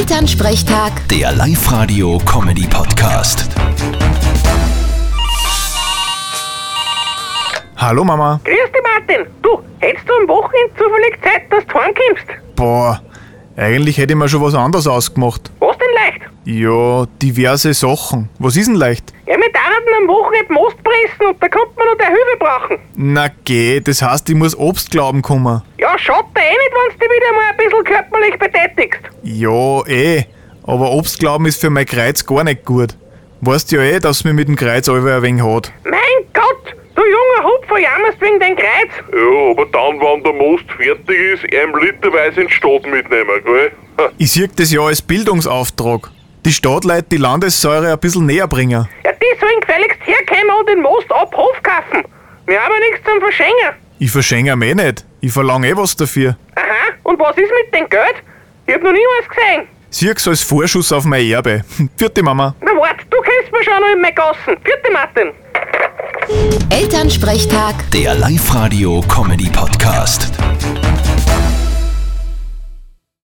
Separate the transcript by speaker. Speaker 1: Elternsprechtag,
Speaker 2: Der Live-Radio-Comedy-Podcast.
Speaker 3: Hallo Mama.
Speaker 4: Grüß dich, Martin. Du, hättest du am Wochenende zufällig Zeit, dass du heimkommst?
Speaker 3: Boah, eigentlich hätte ich mir schon was anderes ausgemacht.
Speaker 4: Was denn leicht?
Speaker 3: Ja, diverse Sachen. Was ist denn leicht?
Speaker 4: Ja, wir tarnten am Wochenende Most pressen und da kommt man noch der Hilfe brauchen.
Speaker 3: Na geh, das heißt, ich muss Obstglauben kommen.
Speaker 4: Ja, schaut dir eh nicht, wenn du dich wieder mal ein bisschen körperlich betätigst.
Speaker 3: Ja, eh. Aber Obstglauben ist für mein Kreuz gar nicht gut. Weißt ja eh, dass mir mit dem Kreuz alle ein wenig hat.
Speaker 4: Mein Gott, du junger Hupfer, jammerst wegen dein Kreuz.
Speaker 5: Ja, aber dann, wenn der Most fertig ist, einem literweise in die Stadt mitnehmen, gell?
Speaker 3: Ich sehe das ja als Bildungsauftrag. Die Stadtleute die Landessäure ein bisschen näher bringen.
Speaker 4: Ja, die sollen gefälligst herkommen und den Most ab Hof kaufen. Wir haben ja nichts zum Verschenken.
Speaker 3: Ich verschenke mir eh nicht. Ich verlange eh was dafür.
Speaker 4: Aha, und was ist mit dem Geld? Ich hab noch niemals gesehen.
Speaker 3: Sieh's als Vorschuss auf mein Erbe. Vierte Mama.
Speaker 4: Na warte, du kennst mich schon noch in meinen Gassen. Vierte Martin.
Speaker 1: Elternsprechtag.
Speaker 2: Der Live-Radio-Comedy-Podcast.